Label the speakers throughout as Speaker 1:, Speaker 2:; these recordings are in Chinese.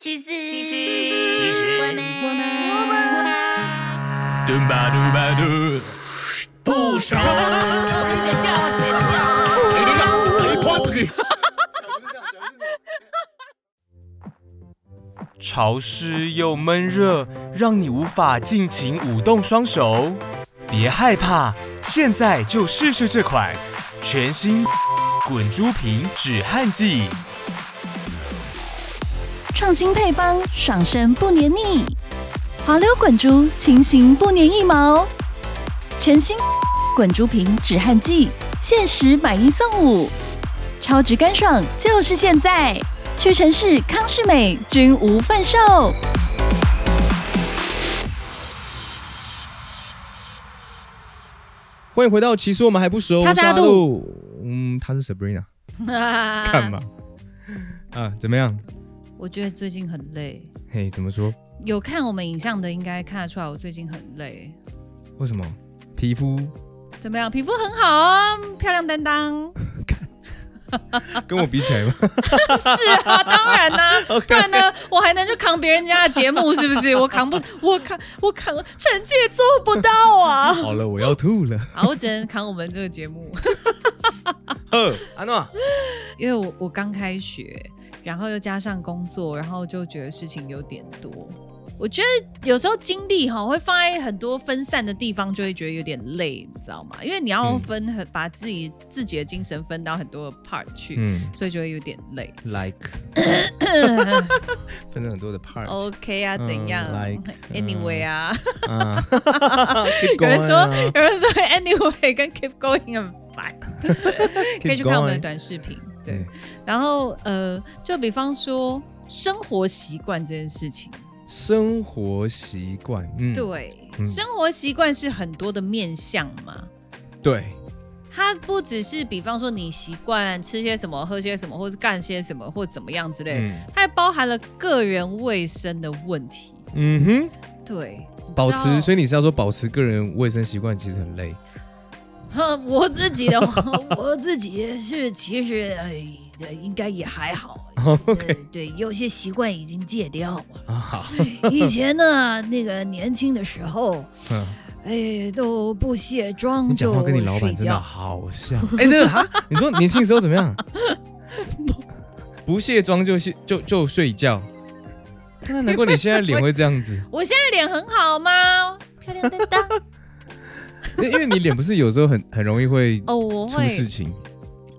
Speaker 1: 其实，
Speaker 2: 其实
Speaker 1: 我们，
Speaker 3: 我们
Speaker 2: 嘟吧嘟吧嘟，不 熟。
Speaker 1: 剪掉，剪掉。
Speaker 2: 潮湿又闷热，让你无法尽情舞动双手。别害怕，现在就试试这款全新滚珠瓶止汗剂。
Speaker 4: 创新配方，爽身不黏腻，滑溜滚珠，清新不粘一毛。全新滚珠瓶止汗剂，限时买一送五，超值干爽就是现在！屈臣氏、康士美均无贩售。
Speaker 3: 欢迎回到，其实我们还不熟。
Speaker 1: 他是阿杜
Speaker 3: 我是阿杜，嗯，他是 Sabrina，干
Speaker 1: 嗯
Speaker 3: 嘛？啊，怎么样？
Speaker 1: 我觉得最近很累，
Speaker 3: 嘿，怎么说？
Speaker 1: 有看我们影像的应该看得出来，我最近很累。
Speaker 3: 为什么皮肤
Speaker 1: 怎么样？皮肤很好啊，漂亮担当。
Speaker 3: 跟我比起来吗？
Speaker 1: 是啊，当然啦、不然呢，我还能去扛别人家的节目是不是？我扛不，我扛，我扛，臣妾做不到 啊。
Speaker 3: 好了，我要吐了。
Speaker 1: 好，我只能扛我们这个节目，
Speaker 3: 呵，哦安诺，
Speaker 1: 因为我我刚开学，然后又加上工作，然后就觉得事情有点多。我觉得有时候精力哈会放在很多分散的地方，就会觉得有点累，你知道吗？因为你要
Speaker 3: 嗯
Speaker 1: 分很、把自己自己的精神分到很多的 part 去，
Speaker 3: 嗯
Speaker 1: 所以就会有点累。
Speaker 3: ，like，分成很多的 part
Speaker 1: OK 啊，
Speaker 3: 嗯
Speaker 1: 怎样、
Speaker 3: like，
Speaker 1: Anyway 啊，
Speaker 3: 啊。Keep
Speaker 1: 有人
Speaker 3: going
Speaker 1: 说
Speaker 3: 啊
Speaker 1: 有人说 Anyway 跟 Keep Going 很烦，可以去看我
Speaker 3: Keep going 嗯
Speaker 1: 们的短视频。对
Speaker 3: 对，，
Speaker 1: 然后呃，就比方说生活习惯这件事情，
Speaker 3: 生活习惯，嗯，
Speaker 1: 对，
Speaker 3: 嗯
Speaker 1: 生活习惯是很多的面向嘛。
Speaker 3: 对，
Speaker 1: 它不只是比方说你习惯吃些什么、喝些什么，或是干些什么，或怎么样之类的，
Speaker 3: 嗯
Speaker 1: 它还包含了个人卫生的问题。
Speaker 3: 嗯哼，
Speaker 1: 对，
Speaker 3: 保持，所
Speaker 1: 以
Speaker 3: 以你是要说保持个人卫生习惯其实很累，
Speaker 1: 我自己的话， 我自己是其实哎，应该也还 好。呃对，有些习惯已经戒掉了。
Speaker 3: 啊，
Speaker 1: 以前呢，那个年轻的时候，
Speaker 3: 嗯
Speaker 1: 哎，都不卸 妆
Speaker 3: 你
Speaker 1: 就
Speaker 3: 讲话跟你老板真的好像，哎，真的哈，你说 年轻时候怎么样？不卸妆就卸就就睡觉，那难怪你现在脸会这样子，
Speaker 1: 我现在脸很好吗？漂亮担当
Speaker 3: 因为你脸不是有时候很很容易会
Speaker 1: 哦，我
Speaker 3: 出事
Speaker 1: 会
Speaker 3: 情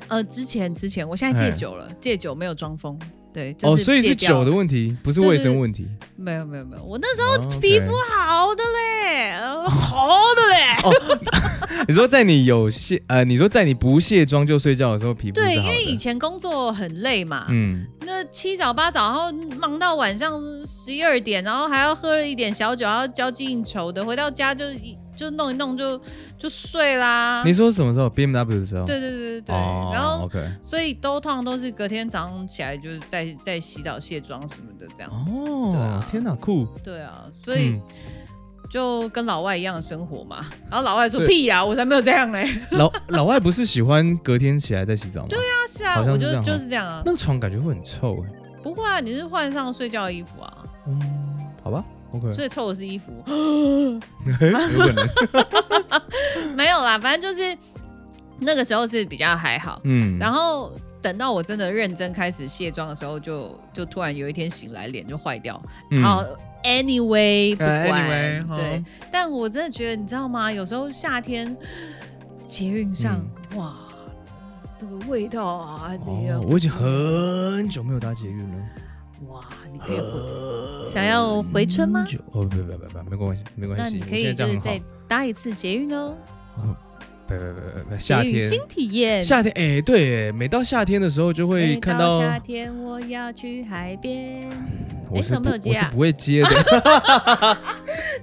Speaker 1: 呃，之前之前，我现在
Speaker 3: 哎
Speaker 1: 戒酒了，戒酒没有装疯，对，就
Speaker 3: 哦，所以
Speaker 1: 戒
Speaker 3: 是
Speaker 1: 掉
Speaker 3: 酒的问题，不是
Speaker 1: 对对
Speaker 3: 卫生
Speaker 1: 对
Speaker 3: 问题。
Speaker 1: 没有没有没有，我那时候
Speaker 3: 哦，OK
Speaker 1: 皮肤好的嘞，呃好的 嘞，
Speaker 3: 你说在你有卸呃，你说在你不卸妆就睡觉的时候，皮肤
Speaker 1: 对，
Speaker 3: 是
Speaker 1: 因
Speaker 3: 好
Speaker 1: 为以
Speaker 3: 的。
Speaker 1: 前工作很累嘛，
Speaker 3: 嗯，
Speaker 1: 那七早八早，然后忙到晚上十一二点，然后还要喝了一点小酒，还要交际应酬的，回到家就一就弄一弄就就睡啦。
Speaker 3: 你说什么时候？B M W 的时候。
Speaker 1: 啊对对对对对，
Speaker 3: 哦
Speaker 1: 然后
Speaker 3: OK。
Speaker 1: 所以都通常都是隔天早上起来就是在在洗澡卸妆什么的这样。对
Speaker 3: 哦
Speaker 1: 啊，
Speaker 3: 天哪，酷！
Speaker 1: 对啊，所以
Speaker 3: 嗯
Speaker 1: 就跟老外一样的生活嘛。然后老外说
Speaker 3: 对
Speaker 1: 屁呀、我才没有这样嘞。
Speaker 3: 嗯老老外不是喜欢隔天起来再洗澡吗？对啊，
Speaker 1: 那是啊，
Speaker 3: 好像
Speaker 1: 我
Speaker 3: 是这
Speaker 1: 就
Speaker 3: 样哦
Speaker 1: 就是这样啊。
Speaker 3: 那个床感觉会很臭哎。
Speaker 1: 不会啊，你是换上睡觉的衣服啊，
Speaker 3: 嗯，好吧，OK。
Speaker 1: 所以臭的是衣服。
Speaker 3: 有可 能。
Speaker 1: 没有啦，反正就是那个时候是比较还好。
Speaker 3: 嗯，
Speaker 1: 然
Speaker 3: 后
Speaker 1: 后等到我真的认真开始卸妆的时候就，就突然有一天醒来脸就坏掉。
Speaker 3: 嗯
Speaker 1: 好、anyway 不
Speaker 3: 呃
Speaker 1: 管、
Speaker 3: anyway，好
Speaker 1: 对，但我真的觉得你知道吗？有时候夏天捷运上、哇，那个味道啊，这个
Speaker 3: 嗯哦，我已经很久没有搭捷运了。
Speaker 1: 哇，你可以回想要回春吗
Speaker 3: 很？久？哦，不不不不，没关系，没关
Speaker 1: 那
Speaker 3: 系。
Speaker 1: 你可
Speaker 3: 我
Speaker 1: 以
Speaker 3: 现在这
Speaker 1: 就
Speaker 3: 样
Speaker 1: 是
Speaker 3: 很
Speaker 1: 再
Speaker 3: 好。
Speaker 1: 搭一次捷运哦，
Speaker 3: 哦不不不不不，夏
Speaker 1: 捷运
Speaker 3: 天
Speaker 1: 新体验。
Speaker 3: 夏天，哎、对，哎每到夏天的时候就会
Speaker 1: 每
Speaker 3: 看
Speaker 1: 哎到
Speaker 3: 到，
Speaker 1: 夏天，我要去海 边。
Speaker 3: 我是
Speaker 1: 怎么
Speaker 3: 不、
Speaker 1: 没有接
Speaker 3: 我是
Speaker 1: 啊
Speaker 3: 不会接的。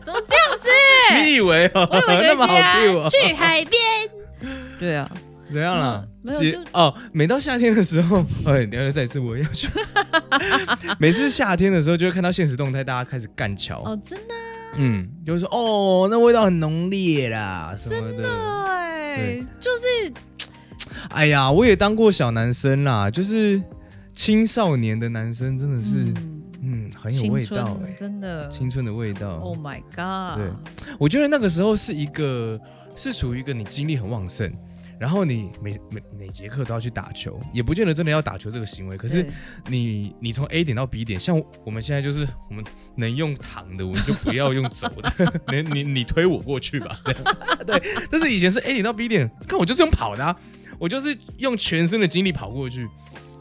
Speaker 1: 怎么这样子？
Speaker 3: 你以为哦、
Speaker 1: 我以 为
Speaker 3: 那么
Speaker 1: 可
Speaker 3: 好
Speaker 1: 以接啊
Speaker 3: Q 哦、
Speaker 1: 去 海边。对啊，
Speaker 3: 怎样啦
Speaker 1: 嗯没？有
Speaker 3: 接
Speaker 1: 就
Speaker 3: 哦，每到夏天的时候，哎，你要再一次我要 去。每次夏天的时候，就会看到现实动态，大家开始干桥，
Speaker 1: 哦，真的
Speaker 3: 嗯，就会说哦，那味道很浓烈啦什么的。
Speaker 1: 哎
Speaker 3: 对，
Speaker 1: 就是
Speaker 3: 哎呀，我也当过小男生啦，就是青少年的男生真的是，嗯
Speaker 1: 嗯
Speaker 3: 嗯，很有
Speaker 1: 青
Speaker 3: 味道
Speaker 1: 春
Speaker 3: 哎、
Speaker 1: 真的
Speaker 3: 青春的味道。
Speaker 1: ，Oh my god！
Speaker 3: 我觉得那个时候是一个是处于一个你精力很旺盛，然后你每每每节课都要去打球，也不见得真的要打球这个行为，可是
Speaker 1: 对
Speaker 3: 你你从 A 点到 B 点，像我们现在就是我们能用躺的，我们就不要用走的， 你你你推我过去吧，这样对。但是以前是 A 点到 B 点，看我就是用跑的、啊，我就是用全身的精力跑过去。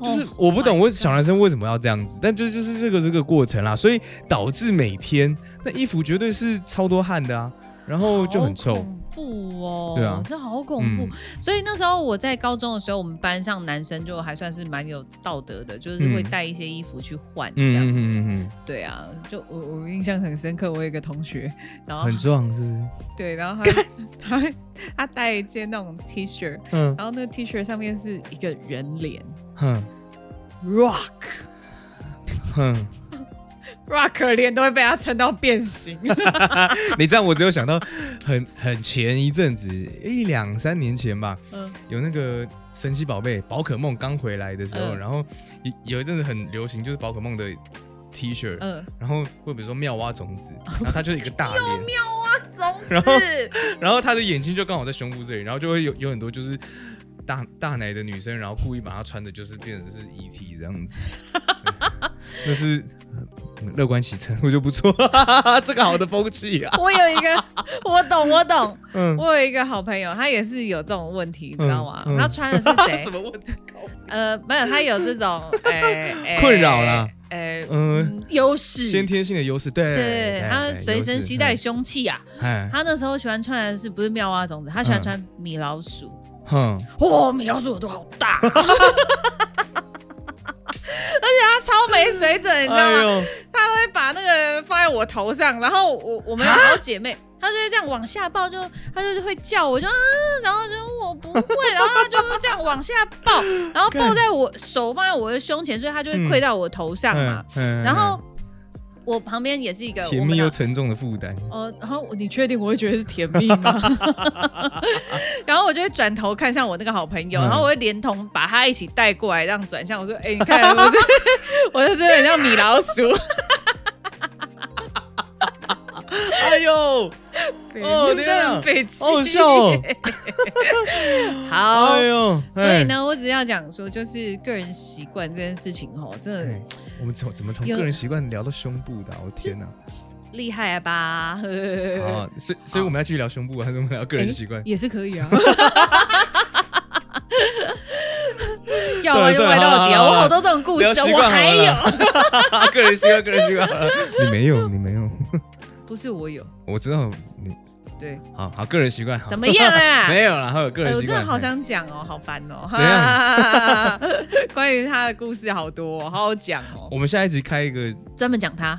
Speaker 3: 就是我不懂
Speaker 1: Oh my
Speaker 3: 为小男生为什么要这样子，但就就是这个这个过程啦，所以导致每天那衣服绝对是超多汗的啊，然后就很
Speaker 1: 好
Speaker 3: 臭。
Speaker 1: 恐怖哦，
Speaker 3: 对啊
Speaker 1: 这好恐怖。
Speaker 3: 嗯
Speaker 1: 所以那时候我在高中的时候，我们班上男生就还算是蛮有道德的，就是会
Speaker 3: 嗯
Speaker 1: 带一些衣服去换这样。
Speaker 3: 嗯嗯嗯
Speaker 1: 对啊，就我我印象很深刻，我有一个同学，
Speaker 3: 嗯，
Speaker 1: 然后
Speaker 3: 很壮是不是？
Speaker 1: 对，然后他 他他带一件那种 T 恤，
Speaker 3: 嗯
Speaker 1: 然后那个 T 恤上面是一个人脸
Speaker 3: 哼
Speaker 1: ，Rock。
Speaker 3: 哼，
Speaker 1: Rock 脸都会被他撑到变形，
Speaker 3: 你这样我只有想到很很前一阵子一两三年前吧，
Speaker 1: 嗯
Speaker 3: 有那个神奇宝贝宝可梦刚回来的时候，
Speaker 1: 嗯
Speaker 3: 然后有有一阵子很流行就是宝可梦的 T 恤，
Speaker 1: 嗯，
Speaker 3: 然后会比如说妙蛙种 子，然后它就是一个大脸。
Speaker 1: 种
Speaker 3: 然后
Speaker 1: 子，
Speaker 3: 然后他的眼睛就刚好在胸部这里，然后就会有有很多就是大大奶的女生，然后故意把她穿的就是变成是遗体这 样子，那是嗯乐观其成，我就不错， 这个好的风气啊，
Speaker 1: 我有一个，我懂，我懂，
Speaker 3: 嗯，
Speaker 1: 我有一个好朋友，他也是有这种问题，你知道吗？
Speaker 3: 嗯嗯
Speaker 1: 他穿的是谁
Speaker 3: 什？么问题？
Speaker 1: 呃，没有，他有这种 哎、哎
Speaker 3: 困扰啦，
Speaker 1: 哎、
Speaker 3: 嗯，
Speaker 1: 嗯优势。
Speaker 3: 先天哎性的优势，对
Speaker 1: 对，他随身携带，凶器啊。
Speaker 3: 哎，
Speaker 1: 他那时候喜欢穿的是不是妙蛙种子？他喜欢
Speaker 3: 嗯
Speaker 1: 穿米老鼠。
Speaker 3: 哼，
Speaker 1: 哇、米老鼠耳朵好大，而且他超没水准，你知道吗？
Speaker 3: 哎呦，
Speaker 1: 他都会把那个放在我头上，然后我我
Speaker 3: 啊
Speaker 1: 们有好姐妹，她就会这样往下抱，就她就会叫我就啊，然后就我不会，然后她就会这样往下抱，然后抱在我手放在我的胸前，所以她就会跪到我头上嘛。
Speaker 3: 嗯
Speaker 1: 然后我旁边也是一个
Speaker 3: 哎甜
Speaker 1: 我们
Speaker 3: 蜜
Speaker 1: 的
Speaker 3: 又沉重的负担，
Speaker 1: 哦，然后你确定我会觉得是甜蜜 吗？然后我就会转头看向我那个好朋友，
Speaker 3: 嗯
Speaker 1: 然后我会连同把他一起带过来，这样转向我说：“哎、你看，我这 我这真的很像米老鼠。
Speaker 3: 哎呦，
Speaker 1: 对”
Speaker 3: 哦
Speaker 1: 真
Speaker 3: 天
Speaker 1: 的
Speaker 3: 啊
Speaker 1: 很被气。
Speaker 3: 好好笑哦，
Speaker 1: 好，
Speaker 3: 哎呦，
Speaker 1: 所以呢，我只要讲说，就是个人习惯这件事情哦，真
Speaker 3: 哎。
Speaker 1: 的
Speaker 3: 我们从怎么从
Speaker 1: 有
Speaker 3: 个人习惯聊到胸部的啊、我天哪！
Speaker 1: 厉害吧？呵呵呵
Speaker 3: 啊，所以所以我们要继续聊胸部啊，还是我们聊个人 习惯？
Speaker 1: 也是可以啊。要
Speaker 3: 算
Speaker 1: 啊
Speaker 3: 了
Speaker 1: 就
Speaker 3: 算了
Speaker 1: 卖到底啊！
Speaker 3: 好了好了
Speaker 1: 我好多这种故事
Speaker 3: 聊
Speaker 1: 哦，
Speaker 3: 习
Speaker 1: 我
Speaker 3: 惯
Speaker 1: 还
Speaker 3: 好了
Speaker 1: 有。
Speaker 3: 啦，啊个人习惯，个人习惯好了。 你没有，你没有，
Speaker 1: 不是我有，
Speaker 3: 我知道你
Speaker 1: 对，
Speaker 3: 好好个人习惯好
Speaker 1: 怎么样啊？
Speaker 3: 没有啦，还有个
Speaker 1: 哎
Speaker 3: 人
Speaker 1: 我
Speaker 3: 习
Speaker 1: 真
Speaker 3: 惯。
Speaker 1: 的好想讲哦，好烦哦。
Speaker 3: 怎样
Speaker 1: 关于他的故事好多、哦，好好讲哦，
Speaker 3: 我们下一集开一个，
Speaker 1: 专门讲他。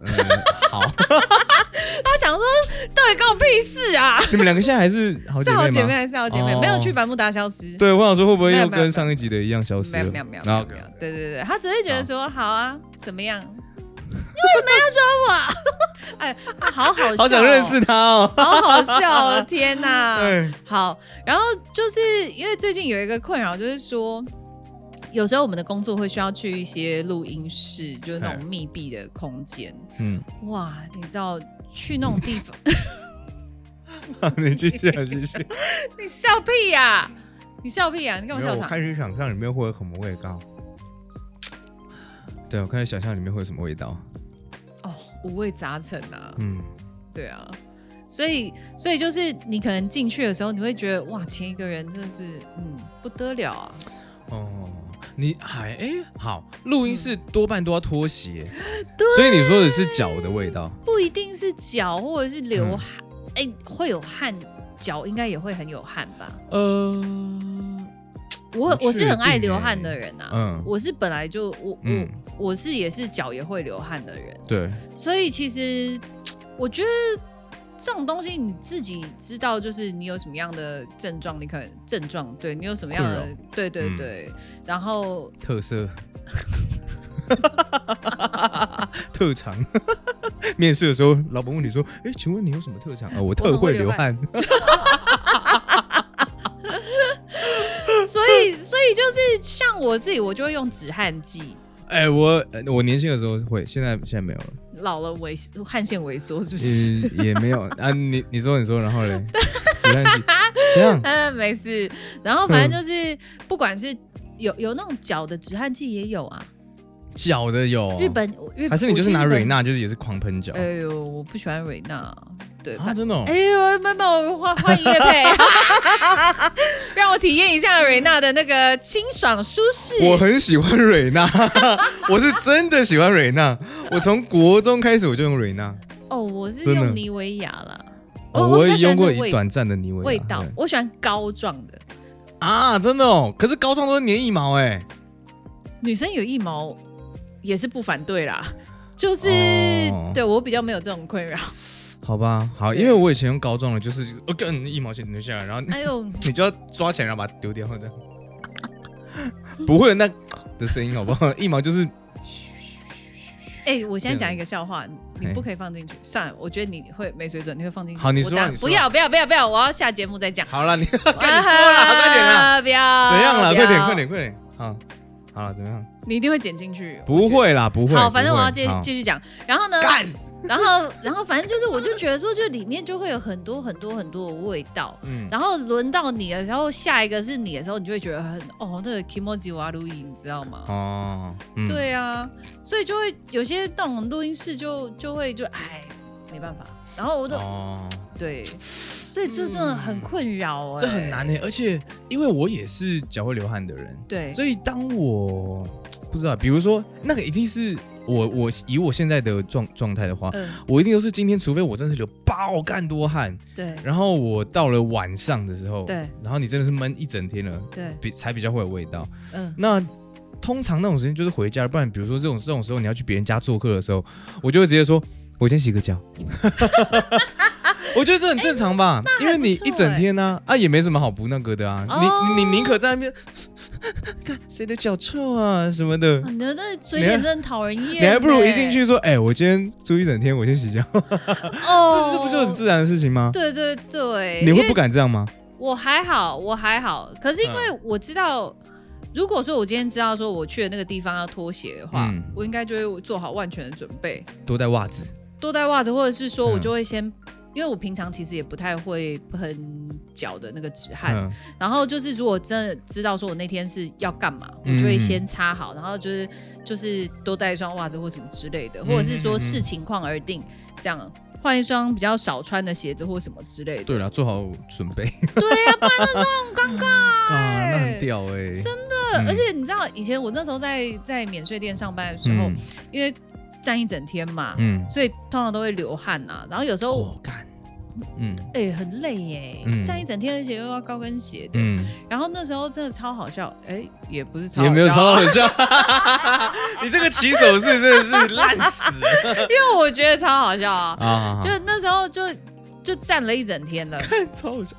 Speaker 3: 呃，好，
Speaker 1: 他想说，到底关我屁事啊？
Speaker 3: 你们两个现在还是好
Speaker 1: 是
Speaker 3: 妹
Speaker 1: 好姐
Speaker 3: 吗？
Speaker 1: 妹还是好姐妹？
Speaker 3: 哦
Speaker 1: 没有去百慕达消 失。
Speaker 3: 对，我想说会不会
Speaker 1: 没有
Speaker 3: 又
Speaker 1: 没有
Speaker 3: 跟上一集的一样消失
Speaker 1: 没
Speaker 3: 了？
Speaker 1: 有没有没有没
Speaker 3: 啊
Speaker 1: 有没有，对对对，他只会觉得说好啊，怎 么样？你为什么要说我？哎， 好好笑、
Speaker 3: 好想认，识他 哦。哎
Speaker 1: 好好笑哦，天哪！
Speaker 3: 对，
Speaker 1: 好，然后就是因为最近有一个困扰，就是说。有时候我们的工作会需要去一些录音室，就是那种密闭的空间。
Speaker 3: 嗯，
Speaker 1: 哇，你知道去那种地方，
Speaker 3: 好你继续啊，继续。
Speaker 1: 你笑屁呀、你笑屁呀、你干嘛
Speaker 3: 没
Speaker 1: 笑
Speaker 3: 有，我
Speaker 1: 场？
Speaker 3: 开始想象里面会有什么味道。对，我开始想象里面会有什么味道。
Speaker 1: 哦，五味杂陈啊！
Speaker 3: 嗯，
Speaker 1: 对啊，所以所以就是你可能进去的时候，你会觉得哇，前一个人真的是嗯不得了啊，
Speaker 3: 哦，你还哎、好，录音
Speaker 1: 嗯
Speaker 3: 室多半都要脱鞋，所以你说的是脚的味道。
Speaker 1: 不一定是脚或者是流
Speaker 3: 嗯
Speaker 1: 汗，哎、会有汗，脚应该也会很有汗吧？
Speaker 3: 呃，
Speaker 1: 我
Speaker 3: 不
Speaker 1: 我是
Speaker 3: 确
Speaker 1: 很爱
Speaker 3: 定
Speaker 1: 流
Speaker 3: 欸
Speaker 1: 汗的人啊，
Speaker 3: 嗯
Speaker 1: 我是本来就我我、
Speaker 3: 嗯
Speaker 1: 我是也是脚也会流汗的人，
Speaker 3: 对，
Speaker 1: 所以其实我觉得这种东西你自己知道，就是你有什么样的症状，你可能症状对你有什么样的
Speaker 3: 困，
Speaker 1: 对对
Speaker 3: 嗯
Speaker 1: 对，然后
Speaker 3: 特色， 特长。面试的时候，老板问你说：“哎、请问你有什么特 长？”啊，我特
Speaker 1: 很会
Speaker 3: 会
Speaker 1: 流
Speaker 3: 流汗。
Speaker 1: 所以所以就是像我自己，我就会用止汗剂。
Speaker 3: 哎、我呃我年轻的时候会，现在现在没有 了，
Speaker 1: 老了萎汗腺萎缩是不是？
Speaker 3: 也也没有啊。你你说你说，然后 嘞，子弹机怎样？
Speaker 1: 嗯， 没事。然后反
Speaker 3: 嗯
Speaker 1: 正就是，不管是有有那种脚的止汗剂也有啊，
Speaker 3: 脚的有哦
Speaker 1: 日本日
Speaker 3: 还是你就是拿蕊。
Speaker 1: 我去日
Speaker 3: 娜，就是也是狂喷脚
Speaker 1: 本哎呦，我不喜欢瑞娜，对吧
Speaker 3: 啊？？真的哦
Speaker 1: 哎呦，妈妈，我换换音乐配，让我体验一下瑞娜的那个清爽舒适。
Speaker 3: 我很喜欢蕊娜， 我是真的喜欢蕊娜。我从国中开始我就用蕊娜，
Speaker 1: 哦，我是
Speaker 3: 真的
Speaker 1: 用妮维雅啦，
Speaker 3: 哦
Speaker 1: 我
Speaker 3: 也用过
Speaker 1: 一
Speaker 3: 一短暂的妮维雅
Speaker 1: 味道
Speaker 3: 对，
Speaker 1: 我喜欢膏状的。
Speaker 3: 啊，真的哦。可是高中都是粘一毛哎，
Speaker 1: 女生有腋毛也是不反对啦，就是、
Speaker 3: 哦
Speaker 1: 对我比较没有这种困 扰。
Speaker 3: 好吧，好，
Speaker 1: 对
Speaker 3: 因为我以前用高中的就是我跟一毛钱留下来，然后
Speaker 1: 哎呦，
Speaker 3: 你就要抓起来，然后把它丢掉的， 不会有那的声音好不好？ 一毛就是
Speaker 1: 哎、我现在讲一个笑话，你
Speaker 3: 哎
Speaker 1: 不可以放进去。算了，我觉得你会没水准，你会放进去。
Speaker 3: 好你说啊
Speaker 1: 我当
Speaker 3: 你说啊
Speaker 1: 不要不要不要不要，我要下节目再讲。
Speaker 3: 好了，你 跟你说了，快点啦，
Speaker 1: 啊！不要，
Speaker 3: 怎样啦？
Speaker 1: 不
Speaker 3: 快
Speaker 1: 要
Speaker 3: 点，快点，，快点，好，好了，怎么样？
Speaker 1: 你一定会剪进去。
Speaker 3: 不会啦，不会。
Speaker 1: 好，反正
Speaker 3: 不
Speaker 1: 我
Speaker 3: 会
Speaker 1: 要继
Speaker 3: 好
Speaker 1: 继续讲。然后呢？
Speaker 3: 干，
Speaker 1: 然后，然后，反正就是，我就觉得说，就里面就会有很多很多很多的味道。
Speaker 3: 嗯，
Speaker 1: 然后轮到你的时候，下一个是你的时候，你就会觉得很哦，那个 Kimoji 瓦录音，你知道吗？
Speaker 3: 哦，嗯，
Speaker 1: 对啊，所以就会有些那种录音室就就会就哎，没办法。然后我就、
Speaker 3: 哦，
Speaker 1: 对，所以这真的很困扰哎、
Speaker 3: 嗯这很难。呢、欸而且因为我也是脚会流汗的人，
Speaker 1: 对，
Speaker 3: 所以当我不知道，比如说那个一定是我我以我现在的状状态的话，
Speaker 1: 嗯、
Speaker 3: 我一定都是今天，除非我真的是流爆干多汗，
Speaker 1: 对
Speaker 3: 然后我到了晚上的时候，
Speaker 1: 对，
Speaker 3: 然后你真的是闷一整天了，
Speaker 1: 对，
Speaker 3: 比才比较会有味道。
Speaker 1: 嗯，
Speaker 3: 那通常那种时间就是回家，不然比如说这种这种时候你要去别人家做客的时候，我就会直接说，我先洗个 脚。我觉得这很正常
Speaker 1: 哎
Speaker 3: 吧，因为你一整天呢、啊，也没什么好不那个的啊。
Speaker 1: 欸
Speaker 3: 你
Speaker 1: 哦
Speaker 3: 你你宁可在那边看谁的脚臭啊什么的，
Speaker 1: 啊你的那嘴脸真的讨人厌、
Speaker 3: 你还不如一进去说，哎、我今天住一整天，我先洗脚，这
Speaker 1: 哦，
Speaker 3: 这不就很自然的事情 吗？
Speaker 1: 对对对，
Speaker 3: 你
Speaker 1: 因
Speaker 3: 会
Speaker 1: 为
Speaker 3: 不敢这样吗？
Speaker 1: 我还好，我还好。可是因为
Speaker 3: 嗯
Speaker 1: 我知道，如果说我今天知道说我去的那个地方要脱鞋的话，
Speaker 3: 嗯
Speaker 1: 我应该就会做好万全的准备，
Speaker 3: 多带袜子，
Speaker 1: 多带袜子，或者是说我
Speaker 3: 嗯
Speaker 1: 就会先，因为我平常其实也不太会喷脚的那个止汗。
Speaker 3: 嗯，
Speaker 1: 然后就是，如果真的知道说我那天是要干嘛，
Speaker 3: 嗯
Speaker 1: 我就会先擦好，然后就是就是多带一双袜子或什么之类的，
Speaker 3: 嗯
Speaker 1: 或者是说视情况而定，这样换一双比较少穿的鞋子或什么之类的。
Speaker 3: 对了，做好准备
Speaker 1: 对啊呀、不然那种尴尬、
Speaker 3: 啊，
Speaker 1: 哎
Speaker 3: 那很屌哎、
Speaker 1: 真
Speaker 3: 的，
Speaker 1: 对
Speaker 3: 嗯
Speaker 1: 呃而且你知道，以前我那时候在在免税店上班的时候，
Speaker 3: 嗯
Speaker 1: 因为站一整天嘛，
Speaker 3: 嗯，
Speaker 1: 所以通常都会流汗呐、然后有时候，哎、哎
Speaker 3: 我哦干，嗯
Speaker 1: 很累耶、
Speaker 3: 嗯
Speaker 1: 站一整天，而且又要高跟鞋的。
Speaker 3: 嗯，
Speaker 1: 然后那时候真的超好笑，哎、也不是超
Speaker 3: 也
Speaker 1: 好
Speaker 3: 没有
Speaker 1: 笑
Speaker 3: 超
Speaker 1: 啊，
Speaker 3: 好笑， 你这个起手是真的是烂死了
Speaker 1: 因为我觉得超好笑啊，
Speaker 3: 啊
Speaker 1: 就那时候就就站了一整天了，
Speaker 3: 超好笑，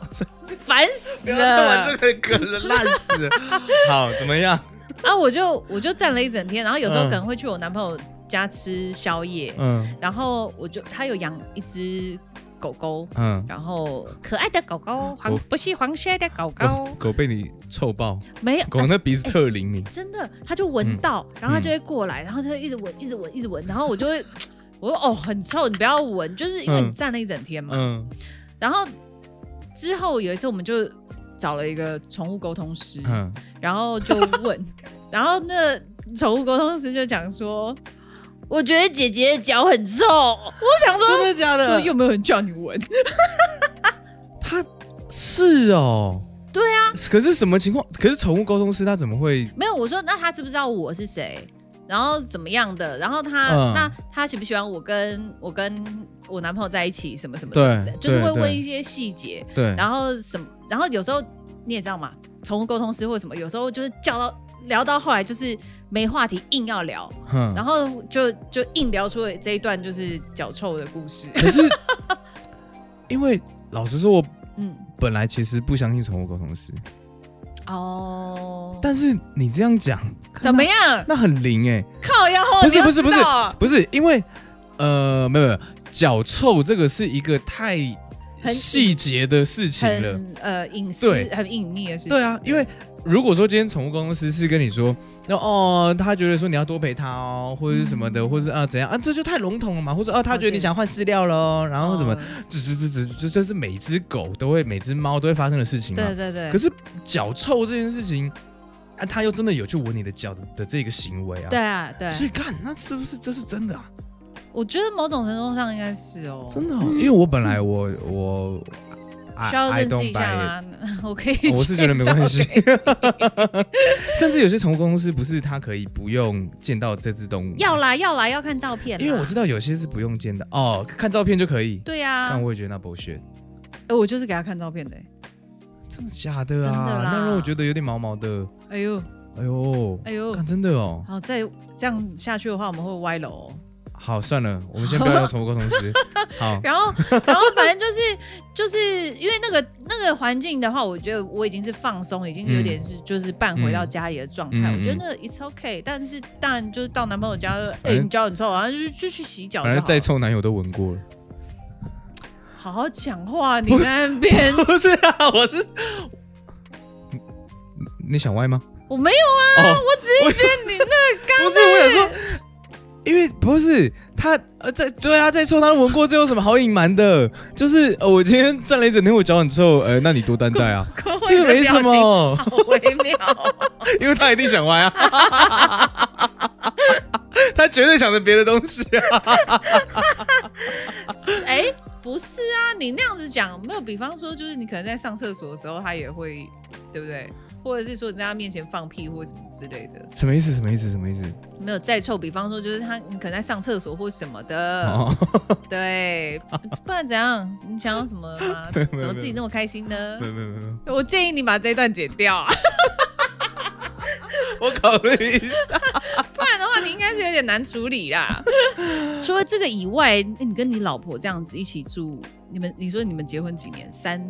Speaker 1: 烦死
Speaker 3: 不要再玩
Speaker 1: 了
Speaker 3: 这。个梗了，烂死了。 好，怎么样？
Speaker 1: 啊，我就我就站了一整天，然后有时候
Speaker 3: 嗯
Speaker 1: 可能会去我男朋友家吃宵夜，
Speaker 3: 嗯
Speaker 1: 然后我就他有养一只狗狗，
Speaker 3: 嗯，
Speaker 1: 然后可爱的狗狗，黄
Speaker 3: 狗
Speaker 1: 不是黄色的狗
Speaker 3: 狗
Speaker 1: 狗，
Speaker 3: 狗被你臭爆，
Speaker 1: 没啊有。
Speaker 3: 狗那鼻子特灵敏，
Speaker 1: 真的，它就闻
Speaker 3: 嗯
Speaker 1: 到，然后它就会过来，然后它就一直闻，一直闻，一直闻，然后我就 会，我说哦，很臭，你不要闻，就是因为你
Speaker 3: 嗯
Speaker 1: 站了一整天嘛。
Speaker 3: 嗯
Speaker 1: 然后之后有一次，我们就找了一个宠物沟通师，
Speaker 3: 嗯，
Speaker 1: 然后就 问，然后那宠物沟通师就讲说，我觉得姐姐的脚很臭，我想说，
Speaker 3: 真的假
Speaker 1: 说
Speaker 3: 的？
Speaker 1: 有没有人叫你闻？
Speaker 3: 他是哦，
Speaker 1: 对
Speaker 3: 啊。可是什么情况？可是宠物沟通师他怎么会？
Speaker 1: 没有，我说那他知不知道我是谁，然后怎么样的，然后他、
Speaker 3: 嗯
Speaker 1: 那他喜不喜欢我跟我跟我男朋友在一起什么什么
Speaker 3: 对
Speaker 1: 的，就是会
Speaker 3: 对对
Speaker 1: 问一些细节，
Speaker 3: 对，
Speaker 1: 然后什么，然后有时候你也知道嘛，宠物沟通师或什么，有时候就是叫到聊到后来就是没话题，硬要聊，
Speaker 3: 嗯
Speaker 1: 然后就就硬聊出了这一段就是脚臭的故 事，
Speaker 3: 可是因为老实说，我
Speaker 1: 嗯，
Speaker 3: 本来其实不相信宠物沟通师，
Speaker 1: 哦，
Speaker 3: 但是你这样讲，
Speaker 1: 怎么哦样？
Speaker 3: 那很灵哎、
Speaker 1: 靠腰后
Speaker 3: 不是不是不是
Speaker 1: 很
Speaker 3: 不是因为呃，没有没有，脚臭这个是一个太
Speaker 1: 很
Speaker 3: 细节的事情了。
Speaker 1: 呃隐私
Speaker 3: 对
Speaker 1: 很隐秘的事情，
Speaker 3: 对啊，因为如果说今天宠物公司是跟你说，那哦，他觉得说你要多陪他哦，或者是什么
Speaker 1: 嗯
Speaker 3: 的，或者是啊怎样啊，这就太笼统了嘛，或者哦，他觉得你想换饲料喽，然后什么
Speaker 1: 哦，
Speaker 3: 这这这这这这是每只狗都会、每只猫都会发生的事情嘛。
Speaker 1: 对对对，
Speaker 3: 可是脚臭这件事情，啊，他又真的有去闻你的脚的的这个行为啊。
Speaker 1: 对。啊对，
Speaker 3: 所以看那是不是这是真的啊？
Speaker 1: 我觉得某种程度上应该是哦，
Speaker 3: 真的哦、因为我本来我我啊
Speaker 1: 需要
Speaker 3: I I
Speaker 1: 认识
Speaker 3: don't
Speaker 1: 一
Speaker 3: buy
Speaker 1: 下
Speaker 3: it 哦
Speaker 1: 吗？ 我可以
Speaker 3: 我 是
Speaker 1: 介绍给你，
Speaker 3: 觉得没关系甚至有些宠物公司不是它可以不用见到这只动物，
Speaker 1: 要啦要啦，要看照片啦，
Speaker 3: 因为我知道有些是不用见到哦，看照片就可以。
Speaker 1: 对呀、
Speaker 3: 但
Speaker 1: 啊，
Speaker 3: 我也觉得那 bullshit，
Speaker 1: 哎我就是给他看照片的、
Speaker 3: 真的假的啊？
Speaker 1: 真的啦
Speaker 3: 那让我觉得有点毛毛的。
Speaker 1: 哎呦
Speaker 3: 哎呦，
Speaker 1: 哎呦，
Speaker 3: 看真的哦。
Speaker 1: 好，再这样下去的话，我们会歪楼、哦。
Speaker 3: 好，算了，我们先不要聊宠物沟通 师。好，
Speaker 1: 然后， 然后反正就是就是因为那个那个环境的话，我觉得我已经是放松，已经有点是就是半回到家里的状态。
Speaker 3: 嗯嗯嗯
Speaker 1: 我觉得那个 it's okay，但是当然就是到男朋友家，哎、
Speaker 3: 反正
Speaker 1: 你脚很臭啊，然后就就去洗脚就
Speaker 3: 反正
Speaker 1: 好了。
Speaker 3: 再臭男友都闻过了。
Speaker 1: 好好讲话，你在那边
Speaker 3: 不是啊，我是。你你想歪吗？
Speaker 1: 我没有啊，
Speaker 3: 哦，
Speaker 1: 我只是觉得你 那
Speaker 3: 不是，我想说，因为不是他呃，在对啊，在臭他闻过，这有什么好隐瞒的？就是、呃、我今天站了一整天，我脚很臭，呃，那你多担 待啊，
Speaker 1: 个
Speaker 3: 这
Speaker 1: 我
Speaker 3: 个
Speaker 1: 的
Speaker 3: 没什
Speaker 1: 表情
Speaker 3: 么，
Speaker 1: 好微妙。
Speaker 3: 因为他一定想歪 啊，他绝对想着别的东西啊。
Speaker 1: 哎、不是啊，你那样子讲没有，比方说就是你可能在上厕所的时候，他也会，对不对？或者是说你在他面前放屁或什么之类的，
Speaker 3: 什么意思？什么意思？什么意思？
Speaker 1: 没有再臭。比方说就是他，你可能在上厕所或什么的，
Speaker 3: 哦，
Speaker 1: 对，不然怎样？你想要什么吗？怎么自己那么开心呢
Speaker 3: 没？有没有没有没有，
Speaker 1: 我建议你把这一段剪掉啊，
Speaker 3: 我考虑一下。
Speaker 1: 不然的话你应该是有点难处理 啦。除了这个以外，哎你跟你老婆这样子一起住，你们你说你们结婚几年？三？